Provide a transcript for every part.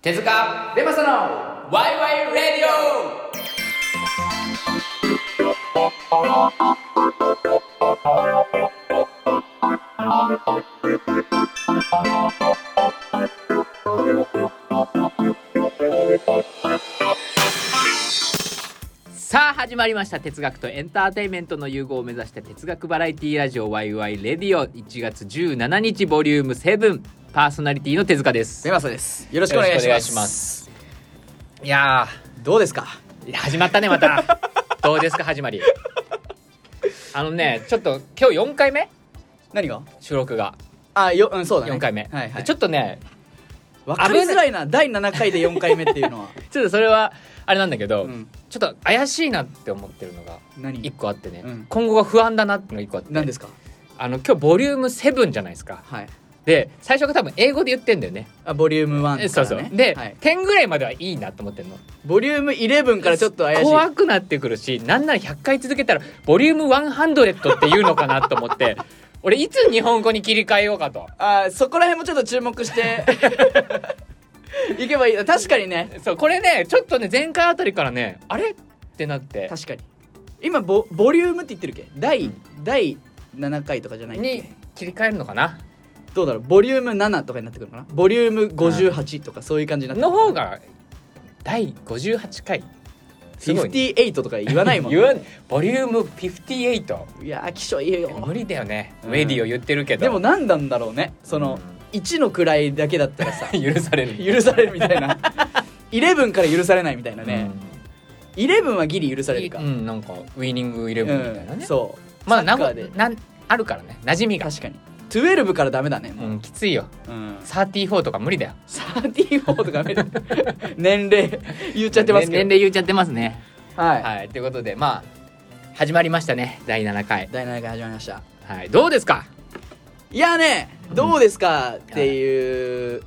手塚レマサのワイワイレディオさあ始まりました哲学とエンターテインメントの融合を目指した哲学バラエティラジオワイワイレディオ1月17日ボリューム7パーソナリティの手塚ですすみませんです。よろしくお願いしよろましくす。お願いしますいやどうですか。ーいや始まったねま たどうですか始まりあのねちょっと今日4回目何が。収録があ、よ、うん、そうだね。 4回目、はいはい。ちょっとねわかりづらいな、第7回で4回目っていうの は。ちょっとそれはあれなんだけど、うん。ちょっと怪しいなって思ってるのが何1。個あってね、うん今後が不安だなっていうのが1個あって何ですか。あの今日ボリューム7じゃないですかはい。で最初が多分英語で言ってんだよねあ、ボリューム1、ね。そうそうで、はい。 10ぐらいまではいいなと思ってるのボリューム11からちょっと怪しい。怖くなってくるしなんなら100回続けたらボリューム100っていうのかなと思って 俺いつ日本語に切り替えようかとあ、そこら辺もちょっと注目 して。いけばいい。確かにね。そうこれねちょっとね前回あたりからねあれってなって確かに。今ボ、ボリュームって言ってるっけ。第、第7回とかじゃないっにけ。切り替えるのかなどうだろう。ボリューム7とかになってくるのかな。ボリューム58とか、そういう感じになってのくる方が第58回すごい、ね、 58とか言わないもん、言わボリューム58いやー気象いいよ無理だよね、うんウェディを言ってるけどでも何なんだろうねその1の位だけだったらさ 許される許されるみたいな11から許されないみたいなね、11はギリ許されるか、ううんん、なんかウイニングイレブンみたいなね、そうまだなサッカーんでなんあるからね馴染みが確かに12からダメだねもうう、んきついようん、 34とか無理だよ34とかダメだ年齢言っちゃってますけど、年齢言っちゃってますねはい、はいということでまあ始まりましたね第7回、第7回始まりましたはい、どうですかいやねどうですかっていう、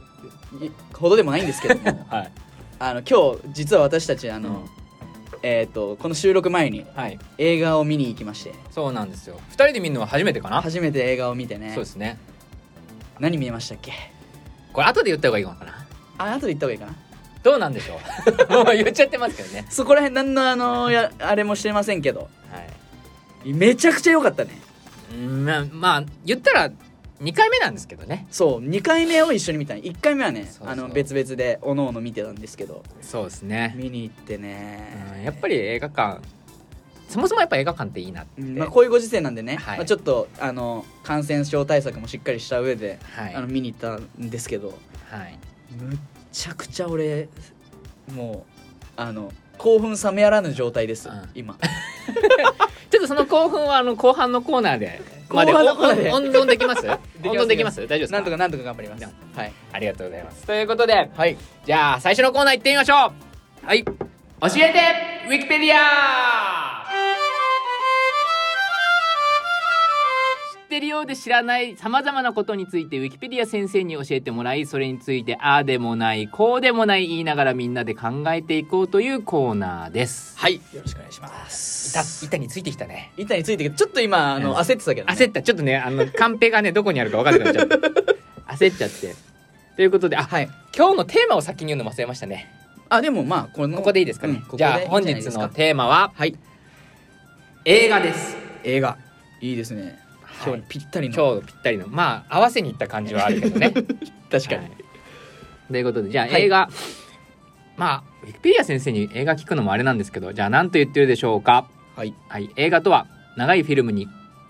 いほどでもないんですけどもはいあの今日実は私たちあの、うんえっ、とこの収録前にはい映画を見に行きましてそうなんですよ2人で見るのは初めてかな、初めて映画を見てねそうですね何見えましたっけこれ後で言った方がいいのかなあ後で言った方がいいかなどうなんでしょ うもう言っちゃってますけどね、そこら辺何のあのやあれもしてませんけどはい、めちゃくちゃ良かったねうんまあまあ言ったら2回目なんですけどねそう2回目を一緒に見たね1回目はねそうそうあの別々でおのおの見てたんですけどそうですね、見に行ってうねん、やっぱり映画館そもそもやっぱ映画館っていいなって、うんまあ、こういうご時世なんでね、はいまあ、ちょっとあの感染症対策もしっかりした上で、はいあの見に行ったんですけどはいむっちゃくちゃ俺もうあの興奮冷めやらぬ状態です、うん 今ちょっとその興奮はあの後半のコーナーでまで後半のコーナーで温存できます温きます存できます大丈夫ですかなんとかなんとか頑張りますじゃはいありがとうございますということではいじゃあ最初のコーナー行ってみましょうはい教えてウィキペディア知ってるようで知らないさまざまなことについてウィキペディア先生に教えてもらいそれについてああでもないこうでもない言いながらみんなで考えていこうというコーナーですはい、よろしくお願いします。板についてきたね板についてけど、ちょっと今、あうんの、焦ってたけど、ね。焦ったちょっとねあのカンペがねどこにあるか分かんなくなっちゃった焦っちゃってということであ、はい。今日のテーマを先に言うの忘れましたねあ、でも、まあ、このここでいいですかね、うんここでじゃあいいん本じゃない日ですかのテーマははい、映画です映画。いいですね。今日にぴったりの。今日ぴったりのまあ合わせにいった感じはあるけどね確かに。はいということでじゃあはい映画、まあウィキペディア先生に映画聞くのもあれなんですけどじゃあ何と言ってるでしょうかはい。はい、映画とは長いフィルムに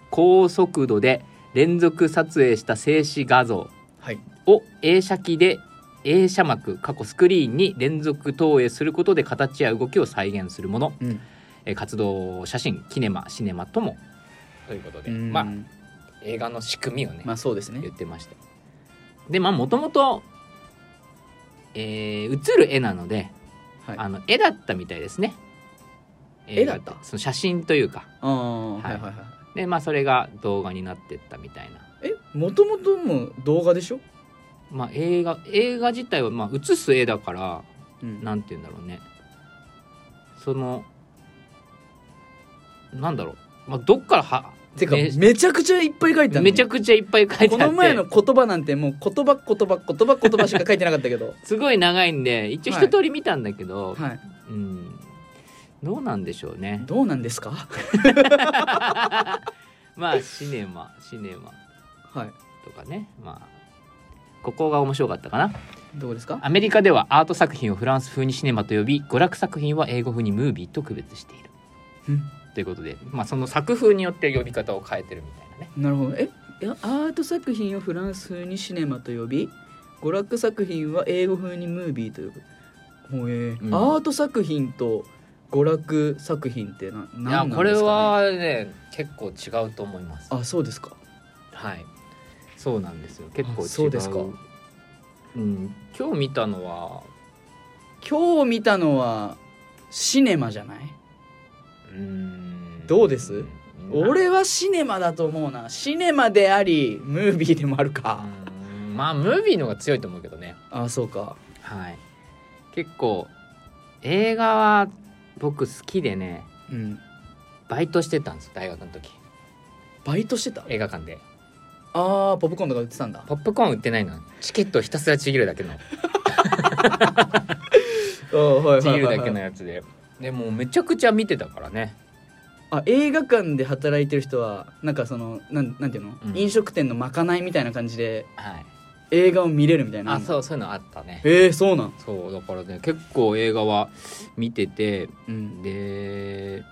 高速度で連続撮影した静止画像はい。を映写機で映写膜過去スクリーンに連続投影することで形や動きを再現するものうん。えー活動写真キネマシネマともということで、まあ、映画の仕組みをね、まあ、そうですね言。ってましたでまあもともとえー映る絵なので、はい。あの絵だったみたいですね絵だった映画てその写真というかあーははいいはいはい。でまあそれが動画になってったみたいなえ、もともとも動画でしょまあ映画映画自体はまあ映す絵だからうんなんて言うんだろうねそのなんだろう、まあ、どっからはてかねめちゃくちゃいっぱい書いてあるめちゃくちゃいっぱい書いてあってこの前の言葉なんてもう言葉言葉言葉言葉しか書いてなかった けどすごい長いんで一応一通り見たんだけど、はいうんどうなんでしょうねどうなんですかまあシネマシネマはいとかねまあここが面白かったかなどうですかアメリカではアート作品をフランス風にシネマと呼び娯楽作品は英語風にムービーと区別しているうんということで、まあ、その作風によって呼び方を変えてるみたいなねなるほどえいやアート作品をフランス風にシネマと呼び娯楽作品は英語風にムービーと呼ぶほえうんアート作品と娯楽作品ってな何いなやんですか、ね、これはね結構違うと思いますあそうですかはいそうなんですよ結構違うあそうですかうん、今日見たのは今日見たのはシネマじゃないうんどうですん俺はシネマだと思うなシネマでありムービーでもあるかうんまあムービーの方が強いと思うけどねあそうかはい結構映画は僕好きでねうんバイトしてたんですよ大学の時バイトしてた映画館であーポップコーンとか売ってたんだポップコーン売ってないのチケットをひたすらちぎるだけのはちぎるだけのやつででもうめちゃくちゃ見てたからねあ映画館で働いてる人はなんかそのなんなんていうの、うん飲食店のまかないみたいな感じではい映画を見れるみたいなあうそうそういうのあったねえー、そうなん、そうだからね結構映画は見ててうん、で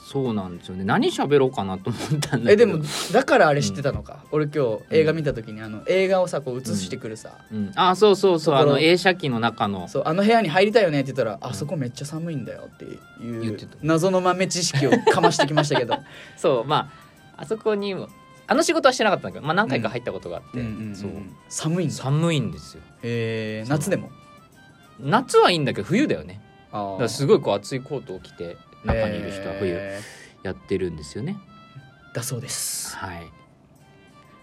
そうなんですよね何喋ろうかなと思ったんだけどえでもだからあれ知ってたのか、俺今日映画見た時にあの映画をさこう映してくるさ、うん、あそうそうそうあところの映写機の中のそうあの部屋に入りたいよねって言ったら、うんあそこめっちゃ寒いんだよってい言っうてた謎の豆知識をかましてきましたけどそうまああそこにもあの仕事はしてなかったんだけど、まあ、何回か入ったことがあって、 そう寒いんだ寒いんですよえーそう夏でも夏はいいんだけど冬だよねあだからすごいこう厚いコートを着て中にいる人は冬えやってるんですよね、ーだそうですはいっ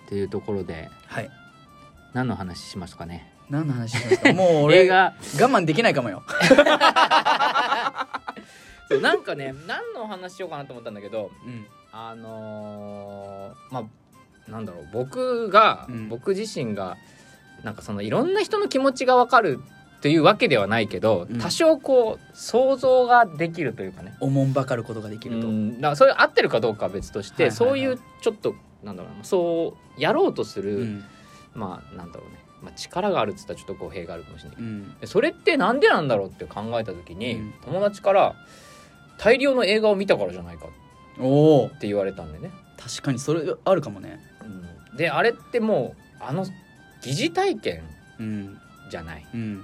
ていうところではい何の話しましたかね何の話しますか もう映俺我画慢できないかもよそうなんかね何のお話しようかなと思ったんだけどうんあのーまあなんだろう僕が、うん僕自身がなんかそのいろんな人の気持ちがわかるというわけではないけど、うん多少こう想像ができるというかね、おもんばかることができると、うんだからそれ合ってるかどうかは別として、はいはいはいそういうちょっとなんだろうなそうやろうとする、うんまあなんだろうね、まあ、力があるっつったらちょっと語弊があるかもしれないけどうんでそれってなんでなんだろうって考えた時に、うん友達から大量の映画を見たからじゃないかっおおて言われたんでね。確かにそれあるかもねうんであれってもうあの疑似体験うんじゃないうん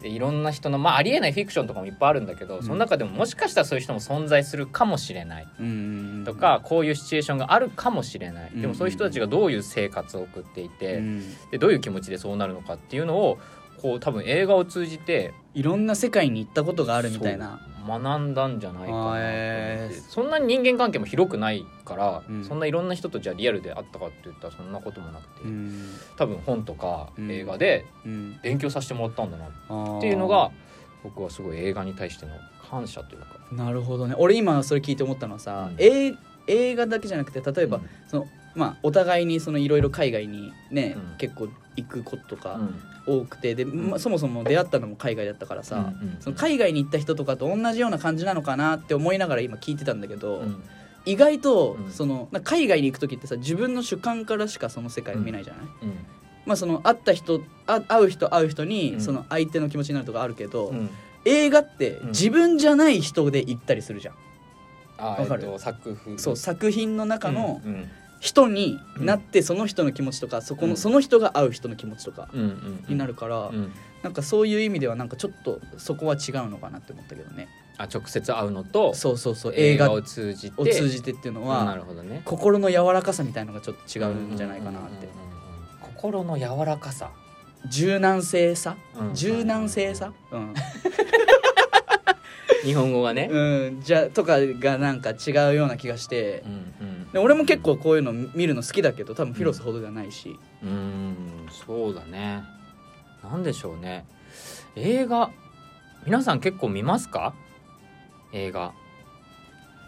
でいろんな人の、まあ、ありえないフィクションとかもいっぱいあるんだけど、うんその中でももしかしたらそういう人も存在するかもしれないうんとか、こういうシチュエーションがあるかもしれない、うんでもそういう人たちがどういう生活を送っていうて、ん、でどういう気持ちでそうなるのかっていうのをこう多分映画を通じていろんな世界に行ったことがあるみたいなそう学んだんじゃないかなと思っあーて、えーそんなに人間関係も広くないから、うんそんないろんな人とじゃあリアルで会ったかって言ったらそんなこともなくて、うん多分本とかうん映画でうん、勉強させてもらったんだなっっていうのが僕はすごい映画に対しての感謝というかなるほどね俺今それ聞いて思ったのはさ、うんえ映画だけじゃなくて例えば、うんそのまあ、お互いにそのいろいろ海外にね、うん結構行くこととうかん多くてで、まあ、そもそも出会ったのも海外だったからさ、うんその海外に行った人とかと同じような感じなのかなって思いながら今聞いてたんだけど、うん意外とうんそのなんか海外に行く時ってさ自分の主観からしかその世界を見ないじゃない、うんまあ、その会った人あ会う人会う人うにんその相手の気持ちになるとかあるけど、うん映画ってん自分じゃない人で行ったりするじゃんあわかるえっと作風そう作品の中のうんうん人になってその人の気持ちとかそうこんのその人が会う人の気持ちとかうんうんになるからうんなんかそういう意味ではなんかちょっとそこは違うのかなって思ったけどねあ直接会うのとそうそうそう映映画画をを通じて通じてっていうのうんなはるほどね心の柔らかさみたいのがちょっと違うんじゃないかなってうんうんうんうん心の柔らかさ柔軟性さうん柔軟性さうん、日本語がねうん、じゃとかがなんか違うような気がしてうんうんで俺も結構こういうの見るの好きだけど多分フィロスほどじゃないしうーんそうだねなんでしょうね映画皆さん結構見ますか映画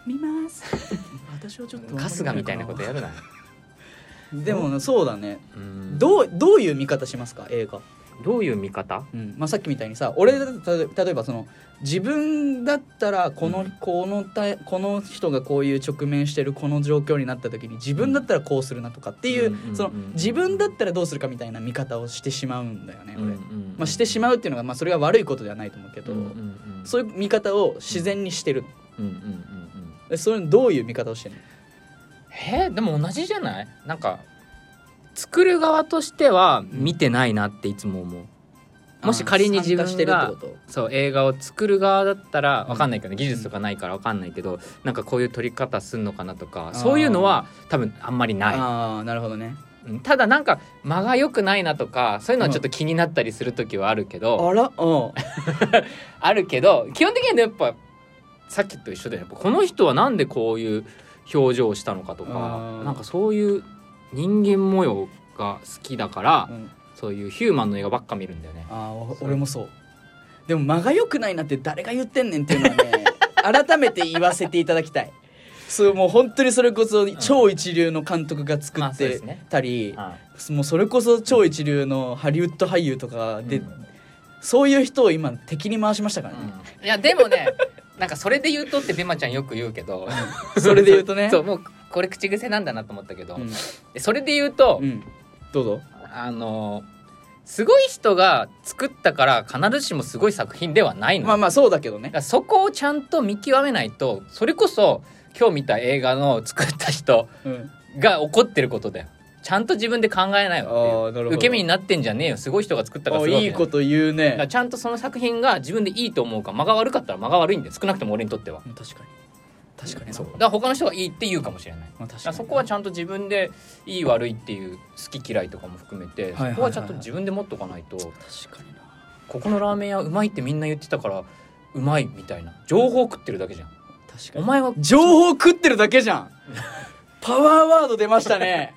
見ます 私はちょっと春日みたいなことやるなでもそうだねうんどうどういう見方しますか映画、どういう見方うんまあ、さっきみたいにさ俺だと例え例えばその自分だったらこの,、うんこのたいこの人がこういう直面してるこの状況になった時に自分だったらこうするなとかっていうう、んうんうんその自分だったらどうするかみたいな見方をしてしまうんだよね俺、まあ、してしうまうっていうのが、まあ、それが悪いことではないと思うけとど、うんうんうんそういう見方を自然にしてるのうんうんうんうんえそれどういう見方をしてるのえーでも同じじゃないなんか作る側としては見てないなっていつも思うもし仮に自分が参加してるってことそう映画を作る側だったらんわかんないけど、技術とかないからわかんないけどなんかこういう撮り方すんのかなとかーそういうのは多分あんまりなああなるほどねいうんただなんか間が良くないなとかそういうのはちょっと気になったりする時はあるけど、あらうん あるけど基本的にはやっぱさっきと一緒でやっぱこの人はなんでこういう表情をしたのかとあかーなんかそういう人間模様が好きだから、うんそういうヒューマンの映画ばっか見るんだよね。あーそう俺もそうでも間が良くないなって誰が言ってんねんっていうのは ね改めて言わせていただきたいそうもう本当にそれこそ超一流の監督が作まあっそうでてすねたり、あもうそれこそ超一流のハリウッド俳優とかで、うんそういう人を今敵に回しましたからね、いやでもねなんかそれで言うとってベマちゃんよく言うけどそれで言うと ねそうもうこれ口癖なんだなと思ったけど、うんそれで言うと、うん、どうぞあのすごい人が作ったから必ずしもすごい作品ではないの、まあまあそうだけどだねからそこをちゃんと見極めないとそれこそ今日見た映画の作った人うんが怒ってることだよちゃんと自分で考えないわあっていーなるほうど受け身になってんじゃねえよすごい人が作ったからあすごいわいけいだよこと言うだからねちゃんとその作品が自分でいいと思うか間が悪かったら間が悪いんで少なくとも俺にとってはうん確かに確かにそうだから他の人がいいって言うかもしれないだまあか確からにそこはちゃんと自分でいい悪いっていう好き嫌いとかも含めてはいはいはいはいそこはちゃんと自分で持っとかないと確かになここのラーメン屋うまいってみんな言ってたからうまいみたいな情報食ってるだけじゃん確かおに前は情報食ってるだけじゃんパワーワード出まし たね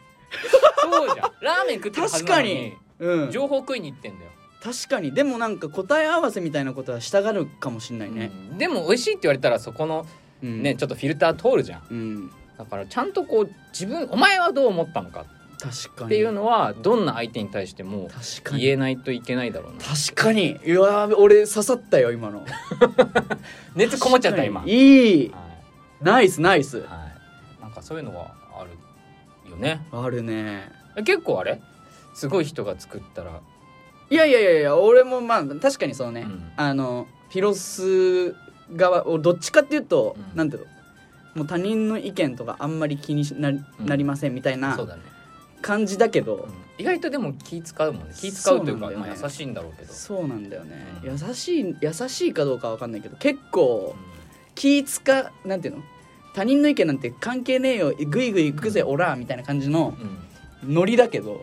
そうじゃん ラーメン食ってるはずなのにうん情報食いに行ってんだよ、確かにでもなんか答え合わせみたいなことはしたがるかもしれないね、うんでも美味しいって言われたらそこのうん、ねちょっとフィルター通るじゃんうんだからちゃんとこう自分お前はどう思ったのか確かにっていうのはどんな相手に対しても確か言にえないといけないだろうな確かにいやー俺刺さったよ今の熱こもっちゃった今確かにいいはナイスナイスい、はい、なんかそういうのはあるよねあるね結構あれすごい人が作ったらいやいやいやいや俺もまあ確かにそのね、うんあのピロス側をどっちかっていうと、うんなんていうのもう他人の意見とかあんまり気にしなり,、うんなりませんみたいそうなだね、感じだけど、うん意外とでも気使うもんね気使うというかそうなんだよまねあ、優しいんだろうけど、そうなんだよね、うん優しい優しいかどうかわかんないけど結構う気使なんていうの他人の意見なんて関係ねえよぐいぐい行くぜ、オラみたいな感じのんうんノリだけどうん、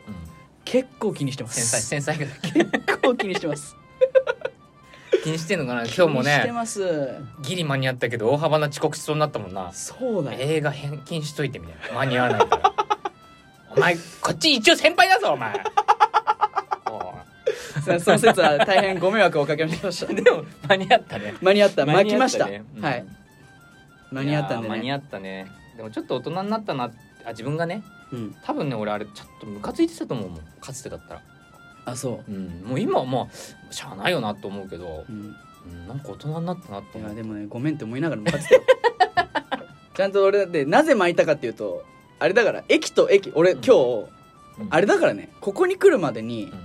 結構気にしてま繊細す繊細が結構気にし てます気にしてんの かな今日も気にしてねますギリ間に合ったけど大幅な遅刻しそうになったもんなそうだよ映画返金しといてみたいな間に合わないから お前こっち一応先輩だぞお前 おその説は大変ご迷惑をおかけしましたいでも間に合ったね間に合った巻きました間に合ったねうんはい間に合ったんいやでー間にね合ったねでもちょっと大人になったなあ自分がねうん多分ね俺あれちょっとムカついてたと思うもんかつてだったら、あそうん、もう今はまあしゃあないよなと思うけどう、、うん、うん、なんか大人になったなとい思やうでもねごめんって思いながら向かってた よちゃんと俺だってなぜ巻いたかっていうとあれだから駅と駅俺うん今日あれだ、だからねここに来るまでにうん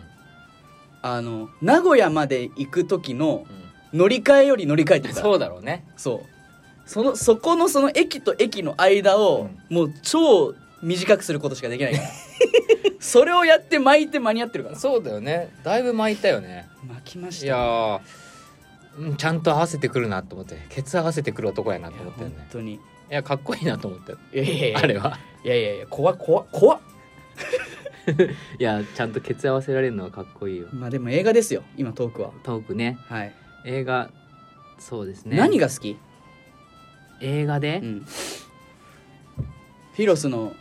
あの名古屋まで行く時のう乗り換えより乗り換えてん、たそうだろうねそうそのそこのその駅と駅の間をもう超短くすることしかできな いからそれをやって巻いて間に合ってるからそうだよねだいぶ巻いたよね巻きましいたやーうん、ちゃんと合わせてくるなと思ってケツ合わせてくる男やなと思ってね本当にいやかっこいいなと思っていやいやいやあれはいやいやいや怖っ怖っ怖っいやちゃんとケツ合わせられるのはかっこいいよまあでも映画ですよ今トークはトークねはい、映画そうですね何が好き、映画で、うん、フィロスの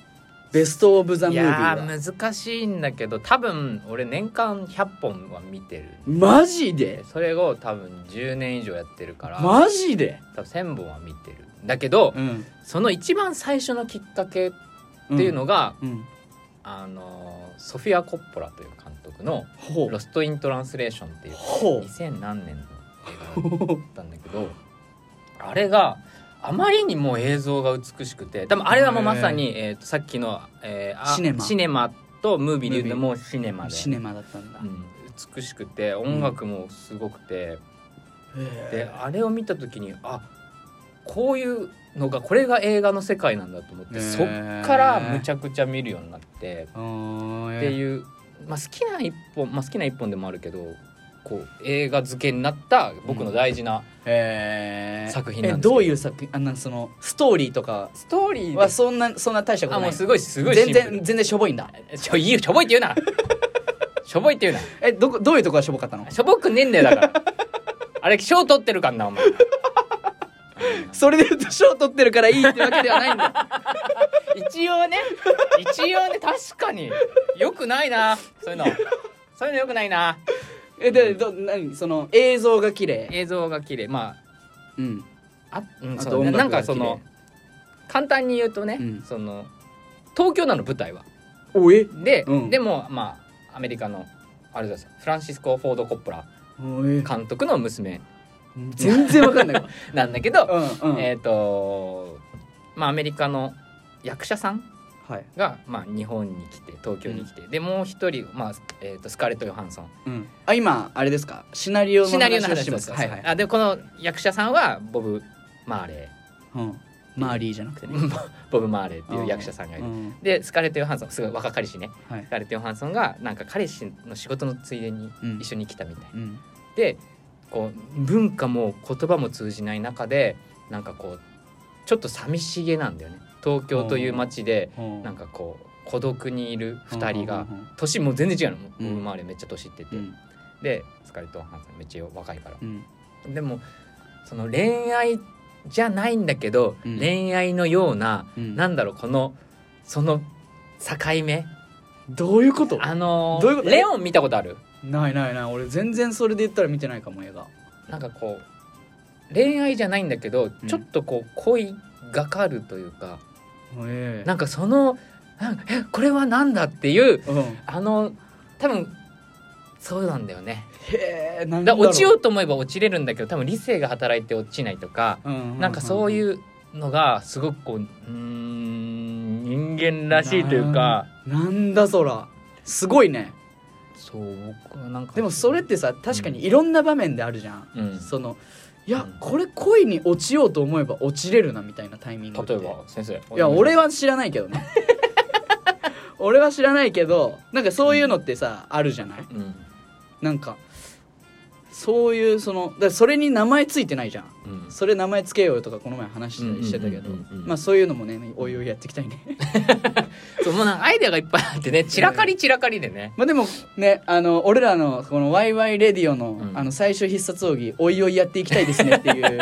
ベスト・オブ・ザ・ムいービやーはー難しいんだけど多分俺年間100本は見てるマジでそれを多分10年以上やってるから、マジで多分1000本は見てるだけど、うんその一番最初のきっかけっていうのが、うんあのソフィア・コッポラという監督のほ「うロスト・イン・トランスレーション」っていうほ2000何年の映画だうったんだけどあれがあまりにも映像が美しくて多分あれはもうまさに、えーとさっきの、えーあシネマシネマとムービーで言うとムもービーうシネマで。シネマだったんだうん美しくて音楽もすごくて、でへあれを見た時にあこういうのがこれが映画の世界なんだと思って、ねえそっからむちゃくちゃ見るようになってーあってーいう、まあ、好きな一本、まあ、好きな一本でもあるけどこう映画付けになった僕の大事なえー作品なんですけえどどういう作品あなんかそのストーリーとかストーリーはそんなそんな大したことあなもいうすごいすごいシン全プル然全然しょぼいんだちょいいよしょぼい って言うなしょぼいって言うえどこどういうとこがしょぼかったのなしょぼくねえんだよだからあれ賞取ってるからなお前それで言うと賞取ってるからいいってわけではない んだ一応ね一応ね確かによくないなそういうのそういうのよくないなえでど何その映像が綺麗映像が綺麗まうんああ,、うん、あそとう音ね楽がなんかその簡単に言うとね、うんその東京なの舞台はおえで、うんでもまあアメリカのあれですフランシスコ・フォード・コッポラおえ監督の娘全然わか んないわなんだけど、うんうんえっ、とまあアメリカの役者さんはいが、まあ、日本に来て東京に来て、でもう一人、まあえー、とスカーレット・ヨハンソンうんあ今あれですかシナリオのシナリオの話を話しでますすか、はいはいあでこの役者さんはボブ・マーレうんマーリーじゃなくてねー ボブ・マーレーっていう役者さんがいる、うんでスカーレット・ヨハンソンすごい若かりしねはいスカーレット・ヨハンソンがなんか彼氏の仕事のついでにうん一緒に来たみたい、うんでこう文化も言葉も通じない中でなんかこうちょっと寂しげなんだよね東京という街でなんかこう孤独にいる2人が年もう全然違うのもううんボブ・マーレーめっちゃ年いってて、うんでスカーレット・ヨハンソンめっちゃ若いから。うんでもその恋愛じゃないんだけど、うん恋愛のような、うんなんだろうこのその境目どういうことあのーどういうことレオン見たことあるないないない俺全然それで言ったら見てないかも映画なんかこう恋愛じゃないんだけどうんちょっとこう恋がかるというか、えなんかそのなんかえこれはなんだっていううんあの多分そうなんだよねへえなんだだから落ちようと思えば落ちれるんだけど多分理性が働いて落ちないとか、ななんかそうういうのがすごくこううーん人間らしいというかなんだそらすごいねそう僕はなんかでもそれってさ確かにいろんな場面であるじゃん、うんそのいやうんこれ恋に落ちようと思えば落ちれるなみたいなタイミングって例えば先生いや俺はは知らないけ どね俺は知らないけどなんかそういうのってさあるじゃないうんなんかそういうそのだからそれに名前ついてないじゃんうんそれ名前つけようよとかこの前話したりしてたけどうんうんうんうんうんまあそういうのもねおいおいやっていきたいねそうもうなんかアイデアがいっぱいあってね散らかり散らかりでねまあでもねあの俺らのこの「ワイワイレディオの」うんあの最終必殺奥義「おいおいやっていきたいですね」っていう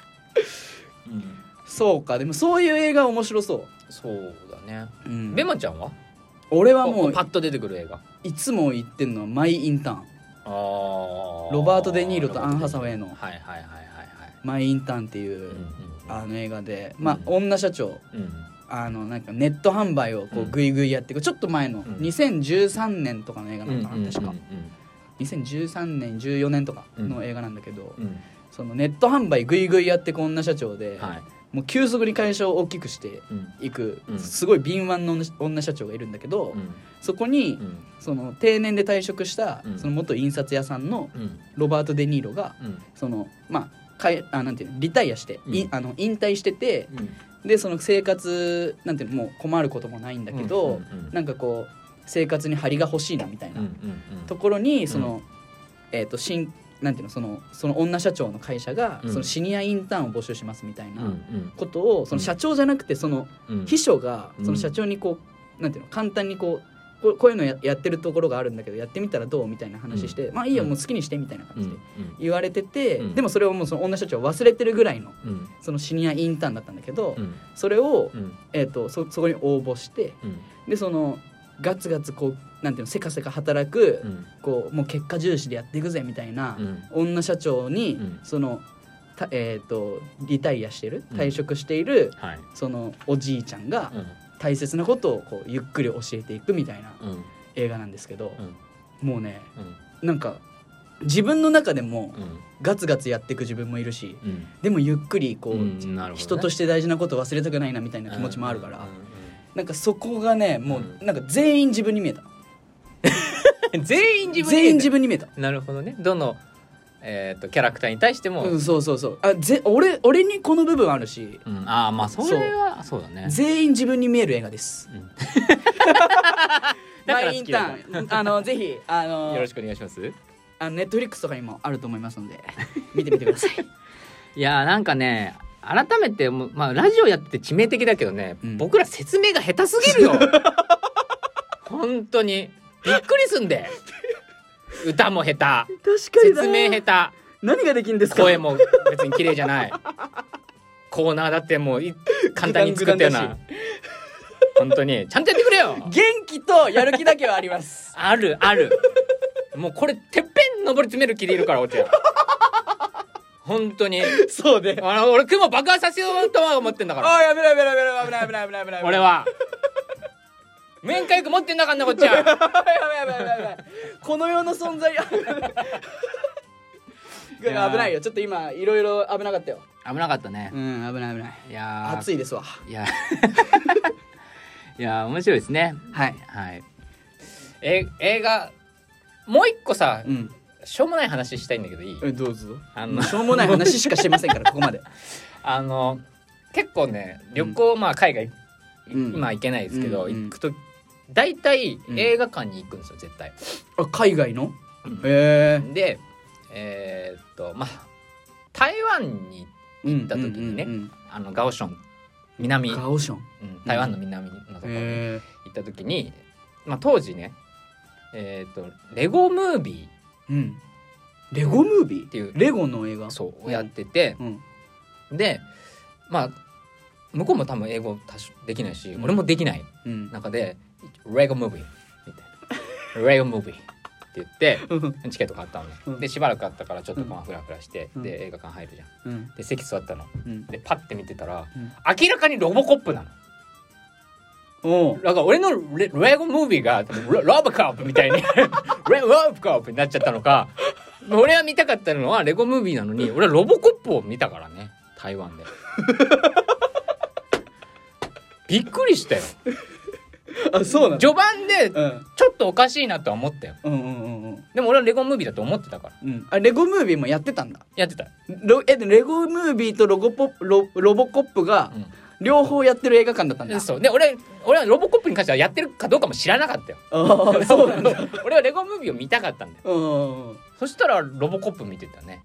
そうかでもそういう映画面白そそうだねう、うんベマちゃんは俺はこもううパッと出てくる映画いつも言ってんのは「マイ・インターン」あーロバートデニーロとアンハサウェイのはいはいはいはいはい「マイ・インターン」っていう、うんあの映画でまあ、うん女社長うんうんあのなんかネット販売をこううんグイグイやっていく、ちょっと前のん2013年とかの映画なのかな、うんうん確かうん2013年14年とかの映画なんだけど、うんそのネット販売グイグイやってく女社長で、はいもう急速に会社を大きくしてうんいく、うんすごい敏腕の女女社長がいるんだけど、うんそこに、うんその定年で退職した、うんその元印刷屋さんのうんロバート・デ・ニーロがうんそのまあかいあなんていうのリタイアして、いうんあの引退してて、うんでその生活なんていうのもう困ることもないんだけど、うんうんうんなんかこう生活に張りが欲しいなみたいなうんうんうんところにその、えっ、と新なんていうのそのその女社長の会社が、うんそのシニアインターンを募集しますみたいうんなことをその社長じゃなくてそのうんうん秘書がうんその社長にこうなんていうの簡単にこうこうこういうのややってるところがあるんだけどやってみたらどうみたいな話して、まあいいよもう好きにしてみたいなう感んじで言われてて、うんでもそれをもうその女社長は忘れてるぐらいのうんうんそのシニアインターンだったんだけど、うんそれをうんえー、とそそこに応募してうんでそのガツガツこうなんていうのせかせか働く、うんこうもう結果重視でやっていくぜみたいなう、ん女社長に、うんそのたえー、とリタイアしてる退職している、はいそのおじいちゃんがう大切なことをこうゆっくり教えていくみたいなんうん映画なんですけど、うんもうねうんなんか自分の中でもうんガツガツやっていく自分もいるしうんでもゆっくりこう、うんなるほどね人として大事なことを忘れたくないなみたいな気持ちもあるから、うんうんなんかそこがねもううなんか全員自分に見えたうん全員自分全員自分分に見えた、なるほどねどのえっとキャラクターに対してもうん、そうそうそうあぜ俺俺にこの部分あるしうんああまあそれはそうだね全員自分に見える映画です。うん だマからイイ好ンきタだーンあのぜひあのよろしくお願いしますあのネットフリックスとかにもあると思いますので 見てみてくだ さい。いやーなんかね改めてもう、まあ、ラジオやってて致命的だけどね、うん僕ら説明が下手すぎる よ本当にびっくりすんで歌も下手確説明下何ができるんです手か。声も別に綺麗じゃないコーナーだってもうい簡単に作ったようグダなン本当にちゃんとやってくれよ元気とやる気だけはあります。あるあるもうこれてっぺん登り詰める気でいるから落合本当に そうで。あの俺雲爆破させようとは思ってんだから ああやめろやめろやめろ危ない危ない危ない危ない。 俺。は面会区持ってんなかんなこっちはやばいやばいやばいやばい。 この世の存 在。いやー危ないよちょっと今いろいろ危なかったよ。危なかったねうん危ない危ない。いやー暑いですわ。いや いやー面白いですねはい。はいえ映画もう一個さうん。しょうもない話したいんだけどいいえどうぞあのしょうもない話しかしてませんからここまであの結構ね旅行、まあ海外、うん今行けないですけど、うんうん行くと大体うん映画館に行くんですよ絶対。あ海外のうんへえでえーっとまあ台湾に行った時にねあのガオション南、うんガオション台湾の南のところに行へった時に、まあ、当時ねえーっとレゴムービえうんレゴムービーっていうレゴの映画ーそうをやってて、うんでまあ向こうも多分英語多少できないし、うん俺もできないうん中で「レゴムービー」みたい な「レゴムービー」って言ってチケット買ったのね、うんでしばらくあったからちょっとまあフラフラして、うんで映画館入るじゃんうんで席座ったのうんでパッて見てたら、うん明らかにロボコップなのおうだから俺のレレゴムービーがロロボコップみたいに レロボコップになっちゃったのか俺は見たかったのはレゴムービーなのに俺はロボコップを見たからね台湾で びっくりしたよあそうなの序盤でうんちょっとおかしいなとは思ったようんうんうんうんでも俺はレゴムービーだと思ってたからうんあレゴムービーもやってたんだやってた、ロえでレゴムービーとロゴポップロロボコップがうん両方やってる映画館だったんだそうで俺俺はロボコップに関してはやってるかどうかも知らなかったよあ あそうなんだ 俺はレゴムービーを見たかったんだようんうんうんそしたらロボコップ見てたね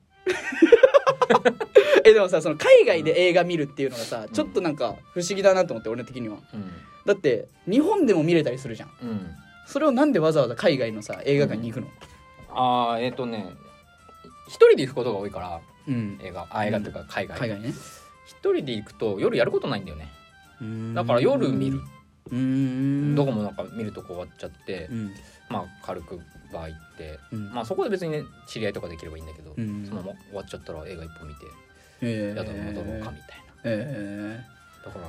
えでもさその海外で映画見るっていうのがさ、ちょっとなんか不思議だなと思って俺的にはうんだって日本でも見れたりするじゃんうんそれをなんでわざわざ海外のさ映画館に行くのああえっ、とね一人で行くことが多いからうん、映画あ映画というか海外海外ね一人で行くと夜やることないんだよねだから夜見るうーんどこもなんか見るとこ終わっちゃってうんまあ軽くバー行ってうんまあそこで別にね知り合いとかできればいいんだけど、うんそのまま終わっちゃったら映画一本見てえ宿に戻ろうかみたいなえだから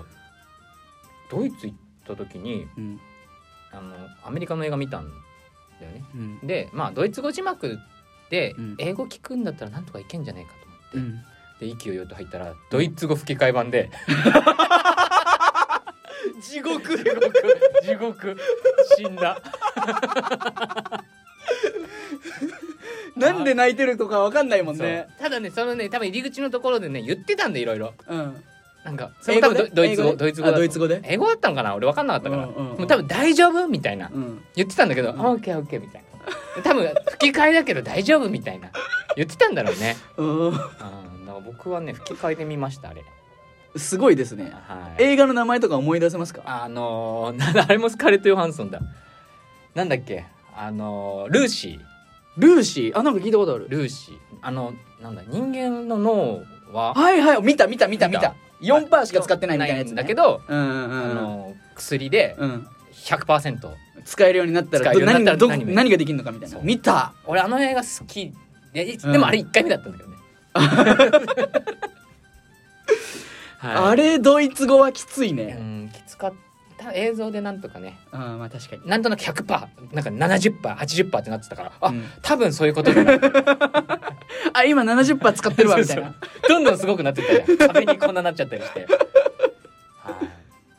ドイツ行った時にーうんあのアメリカの映画見たんだよねうんでまあドイツ語字幕でうん英語聞くんだったらなんとかいけんじゃないかと思って、うんで息をよと入ったらドイツ語吹き替え版で地獄地獄死んだなんで泣いてるとかわかんないもんねそうただねそのね多分入り口のところでね言ってたんでいろいろうんなんか英語で多分ドドイツ語英語でドイツ語だあとドイツ語で英語だったんかな俺分かんなかったから、うんうんうんもう多分大丈夫みたいなうん言ってたんだけど、オッケーオッケーみたいな多分吹き替えだけど大丈夫みたいな言ってたんだろうねうんうんだから僕はね吹き替えで見ましたあれすごいですねはい映画の名前とか思い出せますかあの ー、なんだあれもスカーレット・ヨハンソンだなんだっけあのールーシルーシーあなんか聞いたことあーるルーシーあのなんだ人間の脳ははいはい見た見た見た見た4パーしか使ってないみたいなやつ、だけどど、うんうんうあんうんのー薬でうん、 100%使えるようになった使らえるどように何ながったどら何何ができるのかみたいなそう見た俺あの映画好きいやいうん でもあれ1回目だったんだけどね、あれ、れドイツ語はきついうね。ん、きつかった映像でなんとかねあーまあ確かに。なんとなく100%なんか 70%80% ってなってたからあ、うん多分そういうことだなあ今70パー使ってるわ みたいな。どんどんすごくなってったじゃん壁にこんななっちゃったりして。はい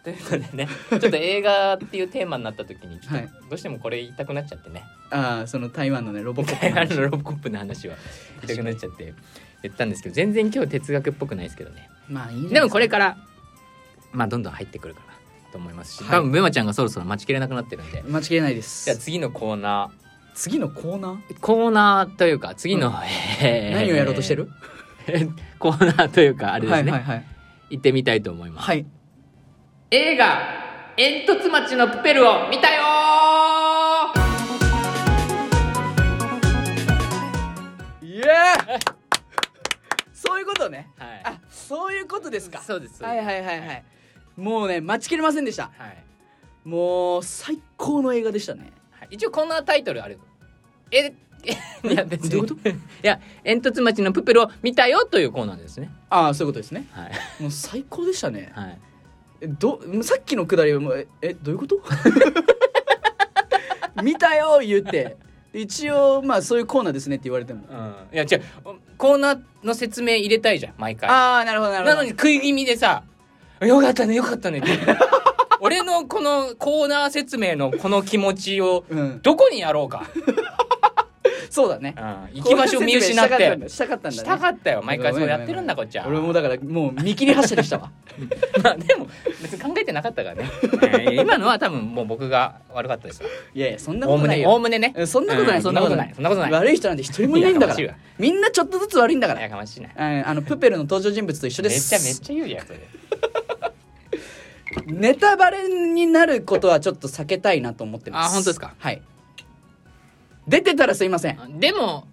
ということでねちょっと映画っていうテーマになった時にちょっはいとどうしてもこれ言いたくなっちゃってねああその台湾のねロボコップ台の湾話 のロボコップの話は言いたくなっちゃって言ったんですけど全然今日哲学っぽくないですけどねまあいいねでもこれからまあどんどん入ってくるかなと思いますし、はい多分ベマちゃんがそろそろ待ちきれなくなってるんで間違いないです。じゃあ次のコーナ次のコーナーコーナーというか次の、えーー何をやろうとしてる？ コーナーというかあれですね、はいはいはい。行ってみたいと思いますはい。映画「煙突町のプペル」を見たよーいやそういうことね。はいあそういうことですか。そうですそうですはいはいはいはい。もうね待ちきれませんでした。はいもう最高の映画でしたね。はい一応こんなタイトルあるええいや別に どういうこいや煙突町のプペルを見たよというコーナーですねああそういうことですね。はい、もう最高でしたね。はい、えどさっきのくだりはもうええどういうこと 見たよ言って一応まあそういうコーナーですねって言われても、うんいや違うコーナーの説明入れたいじゃん毎回ああなるほどなるほなどのに食い気味でさ「よかったねよかったね」って 俺のこのコーナー説明のこの気持ちをうん、どこにやろうか、そうだねうん、行き場所見失っコーナー説て明したかったんだしたねかったよ毎回そうやってるんだこっちは俺もだからもう 見切り発車でしたわまあでも別に考えてなかったからねえ ー今のは多分もう僕が悪かったですよいやいやそんなおこおとむないねよおおむねねえそんなことなういそんなことないそんなことないそんなことない悪い人なんて一人もいないんだかいややらかまみんなちょっとずつ悪いんだかしいわやらかましいなうんあのプペルの登場人物と一緒めでっすちゃめっちゃ言うじゃんそれネタバレになることはちょっと避けたいなと思ってます。あ本当ですかはい。出てたらすいません。でも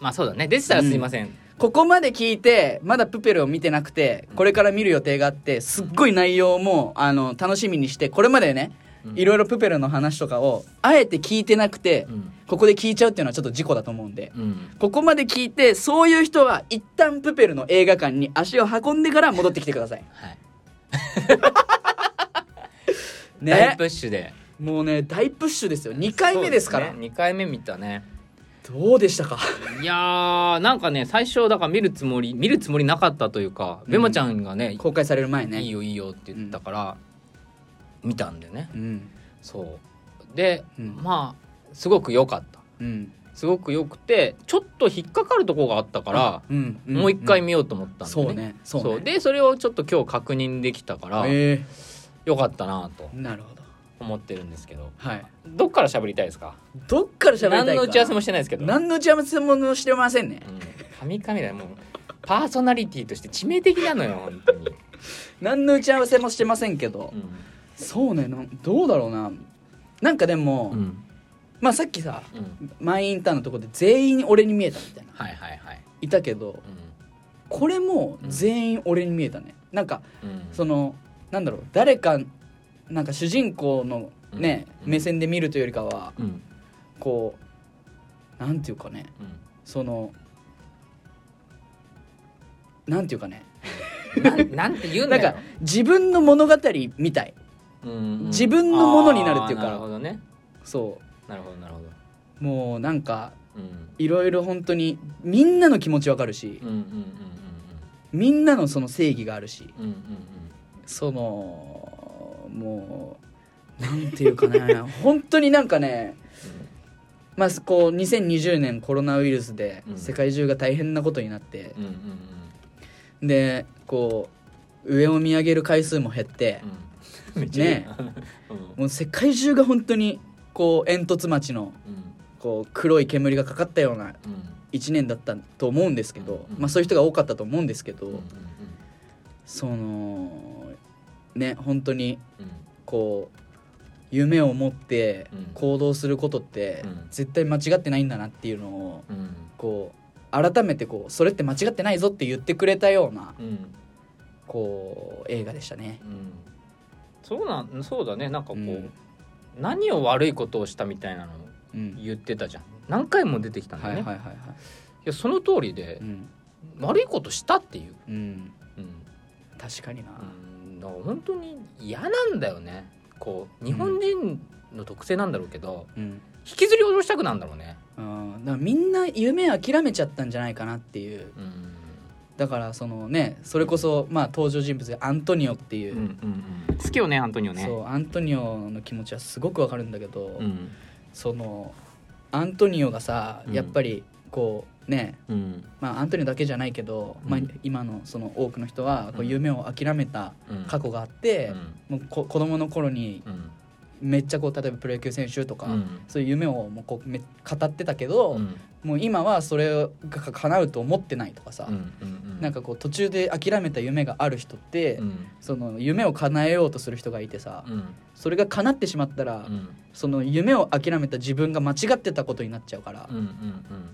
まあそうだねでしたらすいません、ここまで聞いて、まだプペルを見てなくて、これから見る予定があって、すっごい内容も、あの、楽しみにして、これまでね、うんいろいろプペルの話とかを、あえて聞いてなくてう、んここで聞いちゃうっていうのはちょっと事故だと思うんで、うんここまで聞いて、そういう人は、一旦プペルの映画館に足を運んでから戻ってきてください。はい、大ねプ。ッシュでもうね、大プッシュですよ。2回目ですから。そうね、2回目見たねどうでしたかいやーなんかね最初だから見るつもり見るつもりなかったというか、ベマちゃんがね公開される前ね。いいよいいよって言ったから、見たんでねうん。そうで、うんまあすごく良かったうん。すごく良くてちょっと引っかかるとこがあったから、うん。んもう一回ん見ようと思ったんで、そうね。そそううね。でそれをちょっと今日確認できたから良えかったなとーなるほど。思ってるんですけどはい。どっから喋りたいですかどっから喋りたいか。何の打ち合わせもしてないですけど何の打ち合わせもしてませんね。うん神々だよもうパーソナリティとして致命的なのよ本当に、何の打ち合わせもしてませんけどう。んそうね。なんどうだろうな。なんかでも、うんまあさっきさ、うんマインインターンのとこで全員俺に見えたみたいな。はいはいはい、いたけど、うこれも全員俺に見えたね。なんか、んうん、その、なんだろう、誰か、なんか主人公のね、うん目線で見るというよりかは、うんこう、なんていうかね、そのなんていうかねうん、なんなんて言うんなだんよか自分の物語みたいうんうん自分のものになるっていうあかーなるほどねそなるほどなるほど、うもうなんかうん、いろいろ本当にみんなの気持ちわかるしうんうんうんみんなのその正義があるしうんうんうんそのもうなんていう かね本当になんかねまあこう2020年コロナウイルスでうん世界中が大変なことになってうんうんうんうんでこう上を見上げる回数も減って、うんめっちゃいいなうんもう世界中が本当にこう煙突町のうんこう黒い煙がかかったようなうん1年だったと思うんですけど、うんまあ、そういう人が多かったと思うんですけど、うんうんそのね本当にうんこう夢を持ってうん行動することってうん絶対間違ってないんだなっていうのをうんこう改めてこうそれって間違ってないぞって言ってくれたようなうんうんこう映画でしたね。うんそうなんそうだねなんかこう、うん何を悪いことをしたみたいなのをうん言ってたじゃん何回も出てきたんだはよいね、はいいはいはい、やその通りで、うん悪いことしたっていう、うんうん確かにな、うんだから本当に嫌なんだよねこう日本人の特性なんだろうけど、うん引きずり下ろしたくなんだろうね、うん、だからみんな夢諦めちゃったんじゃないかなっていううんだからそのねそれこそまあ登場人物でアントニオっていうんう、うん、好きよねアントニオねそうアントニオの気持ちはすごくわかるんだけど、うんそのアントニオがさうんやっぱりこうね、うんまあ、アントニオだけじゃないけど、うんまあ、今のその多くの人はこううん夢を諦めたうん過去があって、もうこ子供の頃にうんめっちゃこう例えばプロ野球選手とか、うんそういう夢をもうこうめ語ってたけど、うんもう今はそれが叶うと思ってないとかさ、うんうんなんかこう途中で諦めた夢がある人って、うんその夢を叶えようとする人がいてさ、うんそれが叶ってしまったら、うんその夢を諦めた自分が間違ってたことになっちゃうから、うんうん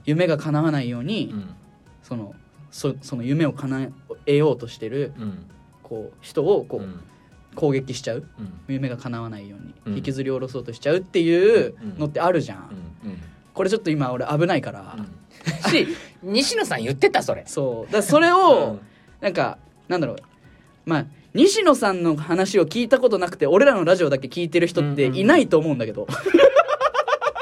夢が叶わないように、うんそのそその夢を叶えようとしてるうんこう人をこう、うん攻撃しちゃううん夢が叶わないように、うん引きずり下ろそうとしちゃうっていううんのってあるじゃん、うんこれちょっと今俺危ないから、うんし西野さん言ってたそれそうだからそれを、なんかなんだろうまあ西野さんの話を聞いたことなくて俺らのラジオだけ聞いてる人っていないと思うんだけど、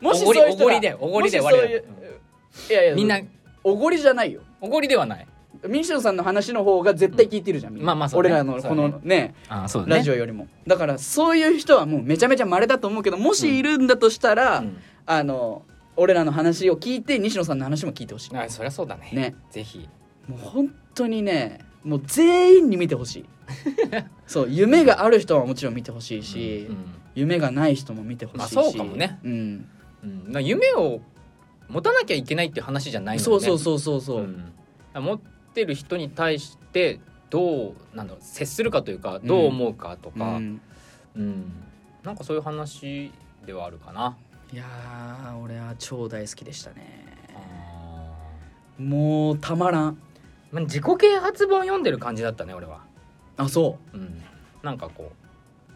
もしそういう人がおごりおごりでおごりでもしそういう我いやいやみんなおごりじゃないよおごりではない西野さんの話の方が絶対聞いてるじゃん、みんなまあまあそうね俺らのこのそねああそうラジオよりもだからそういう人はもうめちゃめちゃ稀だと思うけどもしいるんだとしたら、うんあの俺らの話を聞いて西野さんの話も聞いてほしいあそりゃそうだねねぜひもう本当にねもう全員に見てほしい そう夢がある人はもちろん見てほしいし、うん夢がない人も見てほしいし、まあそうかもねうん、うんだから夢を持たなきゃいけないっていう話じゃないのねそうそうそうそうそう、ん持ってる人に対してどうなんだろう接するかというかどう思うかとうか、ん、うんなんかそういう話ではあるかないやー俺は超大好きでしたねもうたまらんまあ自己啓発本読んでる感じだったね俺は、あそうん、なんかこう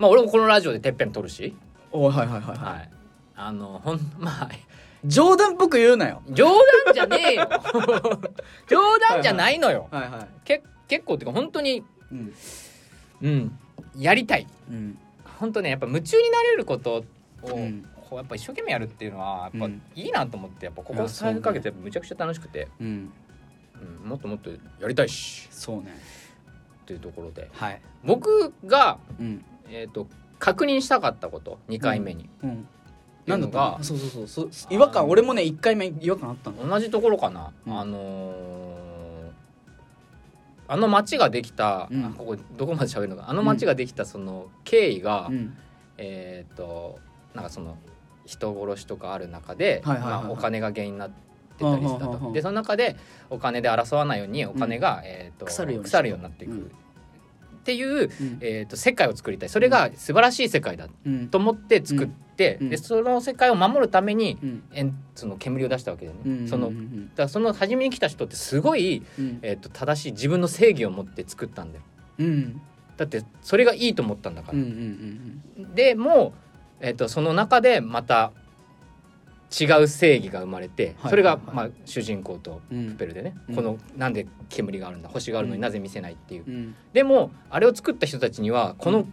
まあ俺もこのラジオでてっぺん取るし、うおいはいはいはい、ははい、あのほんまあい、冗談っぽく言うなよ冗談じゃねえ よ冗談じゃないのよ、はいはいけ結構っていうか本当にうんうんやりたいうん本当ねやっぱ夢中になれることを、うんこうやっぱ一生懸命やるっていうのはやっぱうんいいなと思ってやっぱこいこやそうね3か月やっぱむちゃくちゃ楽しくて、うんうん、もっともっとやりたいしそうねっていうところではい僕が、うんえー、と確認したかったこと2回目に、うんなんだったっていうのかがそうそうそうそう違和あ感の俺もね一回目違和感あったの同じところかな、うんあのーあの町ができた、うんあここどこまで喋るのかあの町ができたその経緯が、うんえっ、となんかその人殺しとかある中で、はいはいはいはいまあ、お金が原因になってたりしたはあはあはとあでその中でお金で争わないようにお金が、えー、と腐るように腐るようになっていく、うんっていう、うんえー、と世界を作りたいそれが素晴らしい世界だうんと思って作って、うんうんでその世界を守るために、うんえんその煙を出したわけだよね。うんそのうだんからその初めに来た人ってすごい、うんえー、と正しい自分の正義を持って作ったんだようんうんだってそれがいいと思ったんだからうんうんう、んでも、えっとその中でまた違う正義が生まれて、はいそれが、はいまあ、主人公とうんうんプペルでね、うんこのなんで煙があるんだ星があるのうんになぜ見せないっていう、うんでもあれを作った人たちにはこうの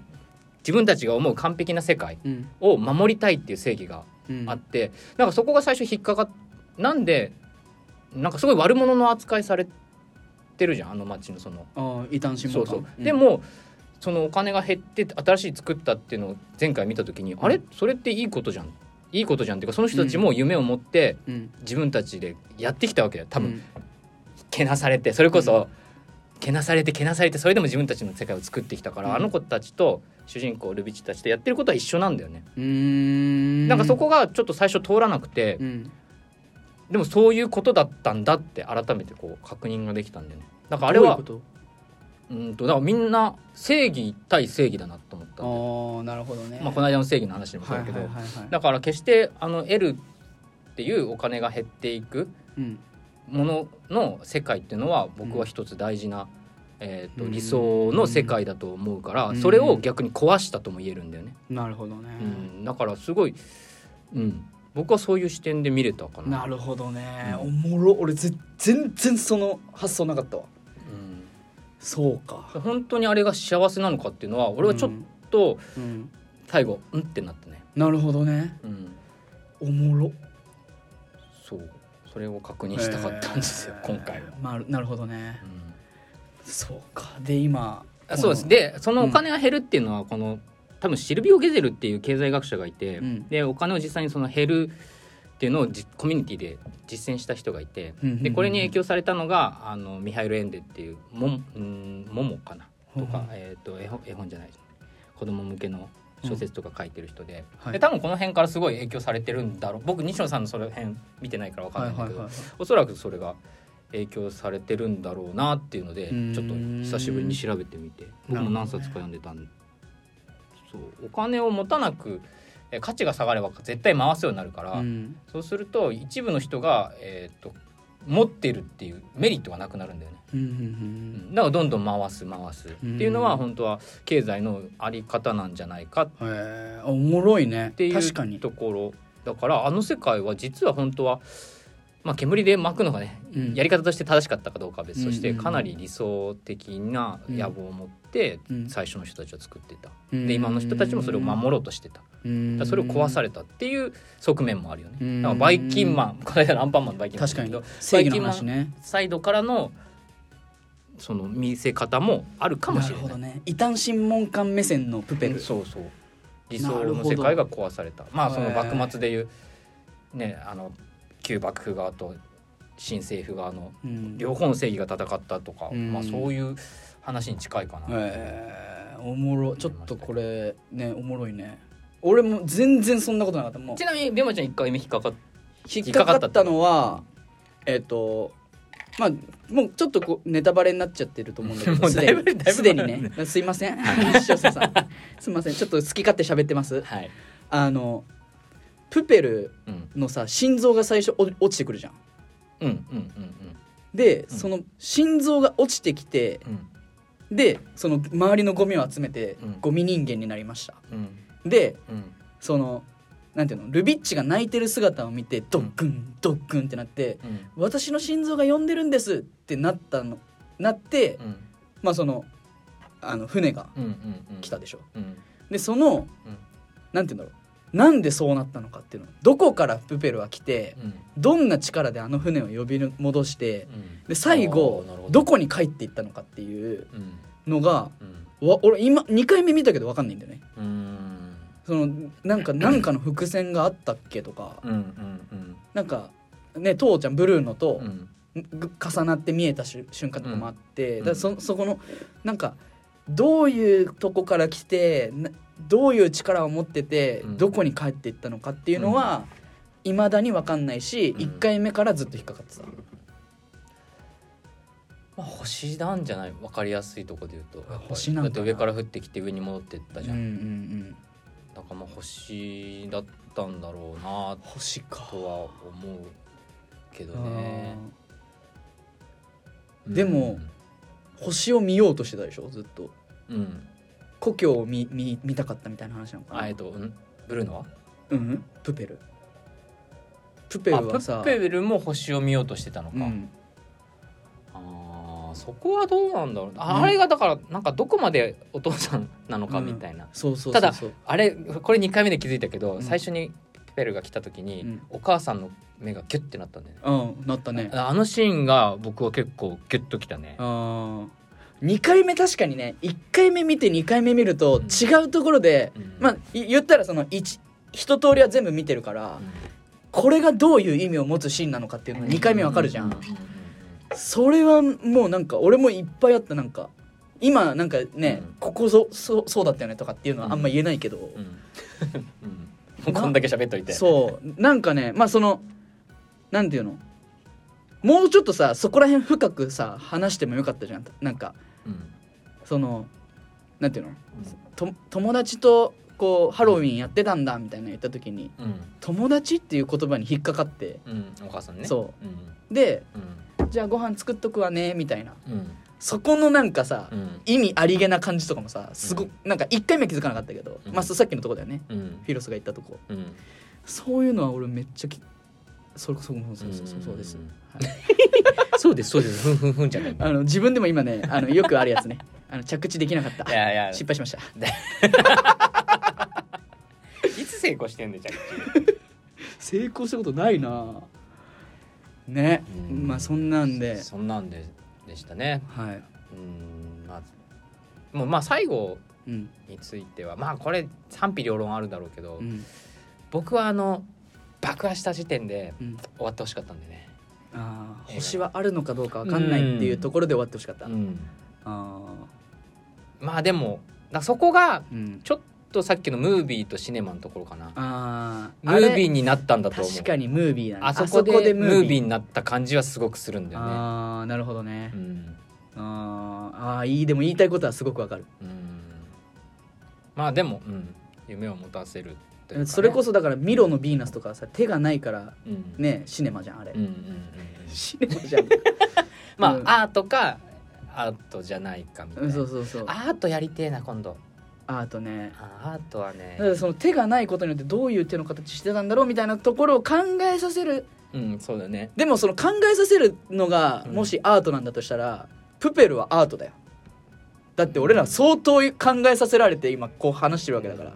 自分たちが思う完璧な世界うんを守りたいっていう正義がうんあって、なんかそこが最初引っかかっなんでなんかすごい悪者の扱いされてるじゃんあの町のそのああ異端審そ問うそう、うんでもそのお金が減って新しい作ったっていうのを前回見た時に、あれそれっていいことじゃんいいことじゃんっていうかその人たちも夢を持ってうん自分たちでやってきたわけだよ多分、うんけなされてそれこそ、けなされてけなされてそれでも自分たちの世界を作ってきたから、うんあの子たちと主人公ルビッチたちとやってることは一緒なんだよね、うーんなんかそこがちょっと最初通らなくて、うんでもそういうことだったんだって改めてこう確認ができたんだよねなんかあれどういうはことうんとだからみんな正義対正義だなと思ったんだよねああなるほどねまあ、この間の正義の話でもそうはいだはけいど、はいはいだから決してあの得るっていうお金が減っていくうんものの世界っていうのは僕は一つ大事な、えー、うとん理想の世界だと思うから、うんそれを逆に壊したとも言えるんだよね、なるほどねうんだからすごい、うん、僕はそういう視点で見れたかななるほどね、おもろ俺ぜ全然その発想なかったわそうかうん、本当にあれが幸せなのかっていうのは俺はちょっとうん最後うんってなったね、なるほどねうん、おもろそうそれを確認したかったんですよ、えー今回は、まあ、なるほどねうんそうかで今あそうですででそのお金が減るっていうのはこの、多分シルビオ・ゲゼルっていう経済学者がいて、うんでお金を実際にその減るっていうのをじコミュニティで実践した人がいて、うんうんうんうでんこれに影響されたのがあのミハイル・エンデっていう「もんうんもも」かなとか、うんうんえー、と絵本絵本じゃない子供向けの小説とか書いてる人で,、はいで多分この辺からすごい影響されてるんだろう僕西野さんのその辺見てないから分かんないはいんだはいけど、はいおそらくそれが影響されてるんだろうなっていうのでうーんちょっと久しぶりに調べてみて僕も何冊か読んでたんそうお金を持たなくえ価値が下がれば絶対回すようになるから、うんそうすると一部の人が、えー、と持ってるっていうメリットがなくなるんだよね、うんううんん、だからどんどん回す回すっていうのうはん本当は経済のあり方なんじゃないかっうんへえおもろいねてい確かにうところだからあの世界は実は本当は、まあ、煙で巻くのがねうんやり方として正しかったかどうかは別としてうんうんうんかなり理想的な野望を持ってうん最初の人たちを作ってたうんで今の人たちもそれを守ろうとしてただかうんらそれを壊されたっていう側面もあるようんねだからバイキンマンこの間のアンパンマンのバイキンマン確かにだけど正義の話ねサイドからのその見せ方もあるかもしれななるほいどね異端審問官目線のプペルそうそう理な想るのほど世界が壊されたまあそのへー幕末でいうねあの旧幕府側と新政府側のうん両方の正義が戦ったとか、うんまあ、そういう話に近いかな、えーおもろちょっとこれねおもろいね俺も全然そんなことなかったもうちなみにベマちゃん一回目引っかかっ引っかかったのはえっ、とまあもうちょっとこうネタバレになっちゃってると思うんだけもどうすだでいぶにだいぶすでにねすいません視聴者さんすいませんちょっと好き勝手喋ってますはい、あのプペルうん、のさ心臓が最初お落ちてくるじゃんうんうんうんで、うんその心臓が落ちてきてうんでその周りのゴミを集めて、うんゴミ人間になりましたうんでうんそのなんていうのルビッチが泣いてる姿を見てドッグンドッグンってなってうんうん「私の心臓が呼んでるんです」ってなったのなってうんまあそのあの船がうんうんうん来たでしょ。うんでそのうんなんていうんだろうなんでそうなったのかっていうのどこからプペルは来てうんどんな力であの船を呼び戻してうんで最後あーなるほどこに帰っていったのかっていううんのがうんわ俺今2回目見たけど分かんないんだよね。うーんそのなんかなんかの伏線があったっけとかうんうんなんかね父ちゃんブルーノとうんうんぐ重なって見えたし瞬間とかもあって、うんだからそそこのなんかどういうとこから来てなどういう力を持ってて、うんどこに帰っていったのかっていうのは、未だに分かんないし、うん一回目からずっと引っかかってた。まあ星なんじゃないわかりやすいとこで言うとやっぱり星なんだかっなて上から降ってきて上に戻ってったじゃん、、うんんうんだからまあ星だったんだろうなって星かとは思うけどねあーでも星を見ようとしてたでしょずっとうん、うん故郷を見見見たかったみたいな話なのかなあえっと、うん、ブルーノはうんプペルプペルはさあプペルも星を見ようとしてたのか、うんあーそこはどうなんだろうあ,、うんあれがだからなんかどこまでお父さんなのかうんみたいな、そうそうそうそうただあれこれ2回目で気づいたけど、うん最初にプペルが来た時に、うんお母さんの目がキュッてなったんだよねうんなったねああのシーンが僕は結構キュッときたねあ2回目確かにね1回目見て2回目見るとうん違うところで、うんまあい言ったらその一一通りは全部見てるから、これがどういう意味を持つシーンなのかっていうのが2回目わかるじゃん、うううそれはもうなんか俺もいっぱいあったなんか今なんかね、うんここぞそうそうだったよねとかっていうのはあんま言えないけど、うんうんもうこんだけ喋っといてそうなんかねまあそのなんていうのもうちょっとさそこら辺深くさ話してもよかったじゃんなんかうんそのなんていうのと友達とこうハロウィンやってたんだみたいなの言った時にうん友達っていう言葉に引っかかってうんお母さんねそうんでうんじゃあご飯作っとくわねみたいなうんそこのなんかさ、うん意味ありげな感じとかもさすごうなんか一回目は気づかなかったけど、うんまあさっきのとこだよねうんフィロスが言ったとこうんそういうのは俺めっちゃきそれこそそうそうそうそうそうですうんはいそうですそうですふんふんふんじゃないあの自分でも今ね あのよくあるやつねあの着地できなかったいやいや失敗しましたいつ成功してんねんじゃん成功したことないなねうんまあそんなんでそんなんででしたねはういんまあもうまあ最後うんについてはまあこれ賛否両論あるだろうけど、うん僕はあの爆破した時点でうん終わってほしかったんでね、あ映あ画星はあるのかどうかわかんないっていうところで終わってほしかったああまあでもだそこがーうんちょっとさっきのムービーとシネマのところかなああムービーーになったんだと思う確かにムービーだねあそこでムービーーになった感じはすごくするんだよねああなるほどねうん、あーあーいいでも言いたいことはすごくわかるうん、まあでも、うん、夢を持たせるというかねそれこそだからミロのヴィーナスとかさ手がないからうんねシネマじゃんあれうんうんうんうんシネマじゃ んまあ、うんアートかアートじゃないかみたいうんなそうそうそうアートやりてえな今度アートねあアートはねだからその手がないことによってどういう手の形してたんだろうみたいなところを考えさせるうんそうだねでもその考えさせるのがうんもしアートなんだとしたら、プペルはアートだよだって俺ら相当考えさせられて今こう話してるわけだから、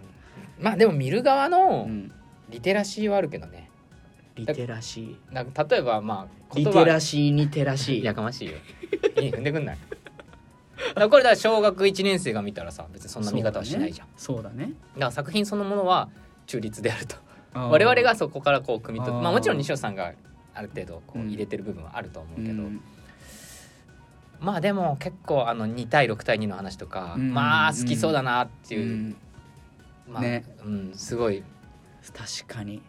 まあでも見る側うのんリテラシーはあるけどねリテラシなんか例えばまあーリ言テ葉ラシーにテラシやーかましい よいい踏んでくんないだからこれだから小学1年生が見たらさ別にそんな見方はしないじゃんだ,、そうだねから作品そのものは中立であるとそうだね我々がそこからこう汲み取あるーまあもちろん西尾さんがある程度こううん入れてる部分はあると思ううんけど、まあでも結構あの2対6対2の話とか、うんまあ好きそうだなっていう、うんまあ、ねうん、すごい確かに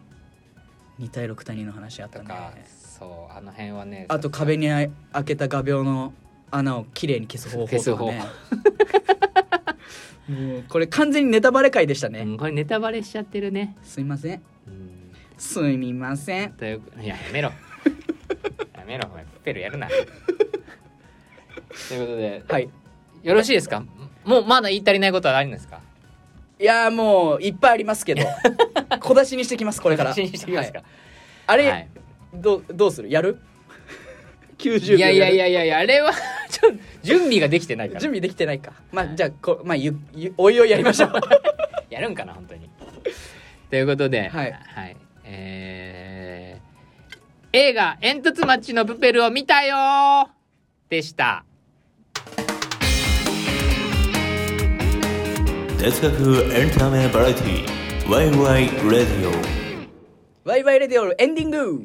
2対6対2の話あったとねか、そうあの辺はねあと壁にあ開けた画鋲の穴をきれいに消す方法とかね もうこれ完全にネタバレ会でしたね、うんこれネタバレしちゃってるね。すいませうんんすみませんといういややめろやめろお前ペルやるなということではいよろしいですかもうまだ言い足りないことはあるんですかいやーもういっぱいあり ますけど小出しにしてきますこれから安心してきますか、はいあれ、はいどうどうするやるい90秒やいやいややいやいやあれはちょっと準備ができてないるか準ら備できてないかまあ、はいじゃあこまあゆゆおいおいやりましょう やるんかな本当にということではいえー映画「煙突町のプペル」を見たよーでした。哲学エンタメバラエティワイワイレディオワイワイレディオエンディング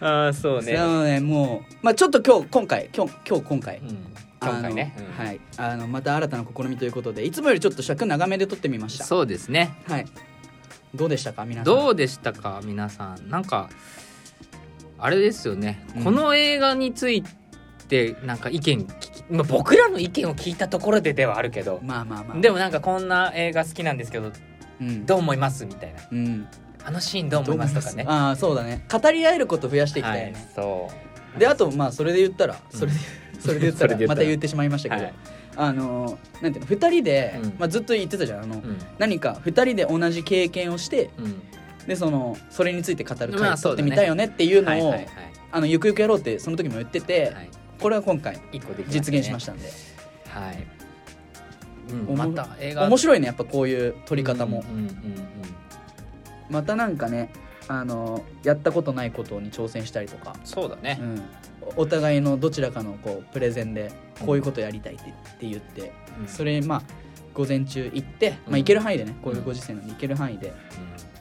ああそうそうねもうまあちょっと今日今回今日今日今回、うん、あの今回ね、うんはいあのまた新たな試みということでいつもよりちょっと尺長めで撮ってみましたそうですねはいどうでしたか皆さん どうでしたか皆さんなんかあれですよね、うんこの映画についてなんか意見聞き、まあ、僕らの意見を聞いたところでではあるけどまあまあまあでもなんかこんな映画好きなんですけどうんどう思いますみたいなうんあのシーンどう思いますとかねああそうだね語り合えること増やしていきはたいよいね、そであとまあそれで言ったらうんそれで、 それで言ったそれらで言ったまらた言ってしまいましう、たけはいど、あのーなんていうの2人で、うんまあ、ずっと言ってたじゃんあの、うん何か2人で同じ経験をしてうん、でそのそれについて語るまあ会そう撮だってねみたいよねっていうはいのはを、いはいあのゆくゆくやろうってその時も言ってて、はいこれは今回一個でき実現しましたたんで、ねはい、うおん、まもた映画面白いねやっぱこういう撮り方も、うんうんうんうんまたなんかねあのやったことないことに挑戦したりとか、そうだねう、ん、おお互いのどちらかのこうプレゼンでこういうことやりたいってって言ってうんそれまあ午前中行って、まうんあ、行ける範囲でねこういううんご時世なんで行ける範囲で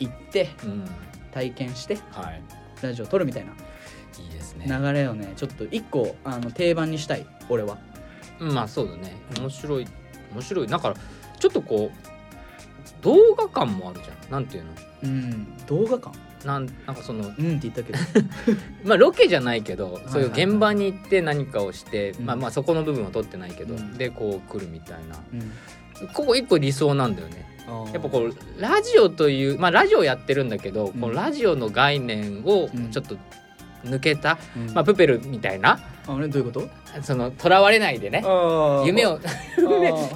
行ってうん、うん体験してはいラジオ撮るみたいいいですねな流れをねちょっと一個あの定番にしたい俺は。うんまあそうだね面白い面白いだからちょっとこう動画感もあるじゃんなんていうのうん、動画館なんなんかそのうんって言 ったけどまあロケじゃないけどいそういう現場に行って何かをして、うんまあまあそこの部分は撮ってないけど、うんでこう来るみたいなうんここ一個理想なんだよねややっぱこうラジオというまあラジオやってるんだけど、うんこのラジオの概念をちょっと抜けた、うんまあプペルみたいなあれどういうことそのとらわれないでねあー夢を ー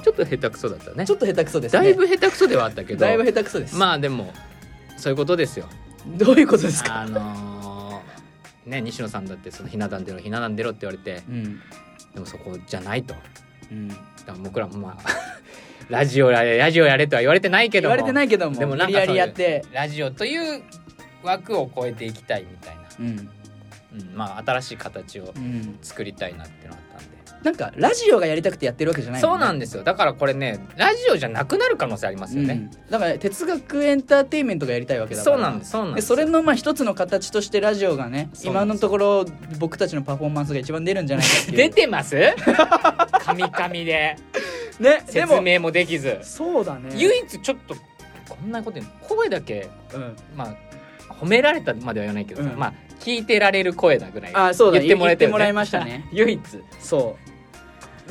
ちょっと下手くそだったねちょっと下手くそですねだいぶ下手くそではあったけどだいぶ下手くそですまあでもそういうことですよどういうことですかあのーね西野さんだってそのひな壇出ろひな壇出ろって言われてうんでもそこじゃないとだうんから僕らもまあ ラジオやれラジオやれとは言われてないけ言どもわれてないけどもでも無なん理かやそうりいうやってラジオという枠を超えていきたいみたいな、うんうん、まあ新しい形をうん作りたいなってのがあったんで、なんかラジオがやりたくてやってるわけじゃないもそうなんでですよだからこれねラジオじゃなくなる可能性ありますよね、だから哲学エンターテインメントがやりたいわけだからそうなんですそうなんでですそれのまあ一つの形としてラジオがねそうな今んでのすところ僕たちのパフォーマンスが一番出るんじゃないかっていう出てます カミカミで ねで説も明もできずそうだね唯一ちょっとこんなこと言うの声だけうんまあ褒められたまでは言わないけどさ、うんまあ聞いてられる声だぐらいあそうだ言ってもらえたよ、ね、言ってもらいましたね 唯一そ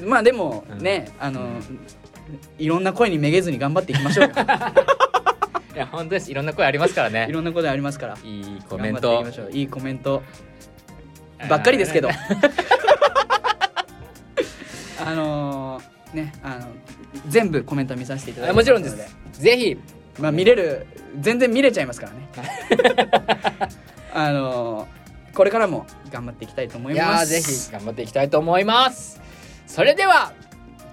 うまあでもうんねあうのんいろんな声にめげずに頑張っていきま しょういや本当ですいろんな声ありますからねいろんなことありますからいいコメン頑張トっていきましょういいコメントばっかりですけど あのーねあの全部コメント見させていただいあてもちろんでますぜひのまあ見れる全然見れちゃいますからね あのーこれからも頑張っていきたいと思いいやまーすぜひ頑張っていきたいと思いますそれでは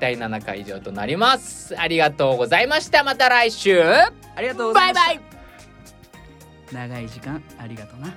第7回以上となりますありがとうございましたまた来週ありがとうござバイいましたバイ長い時間ありがとうな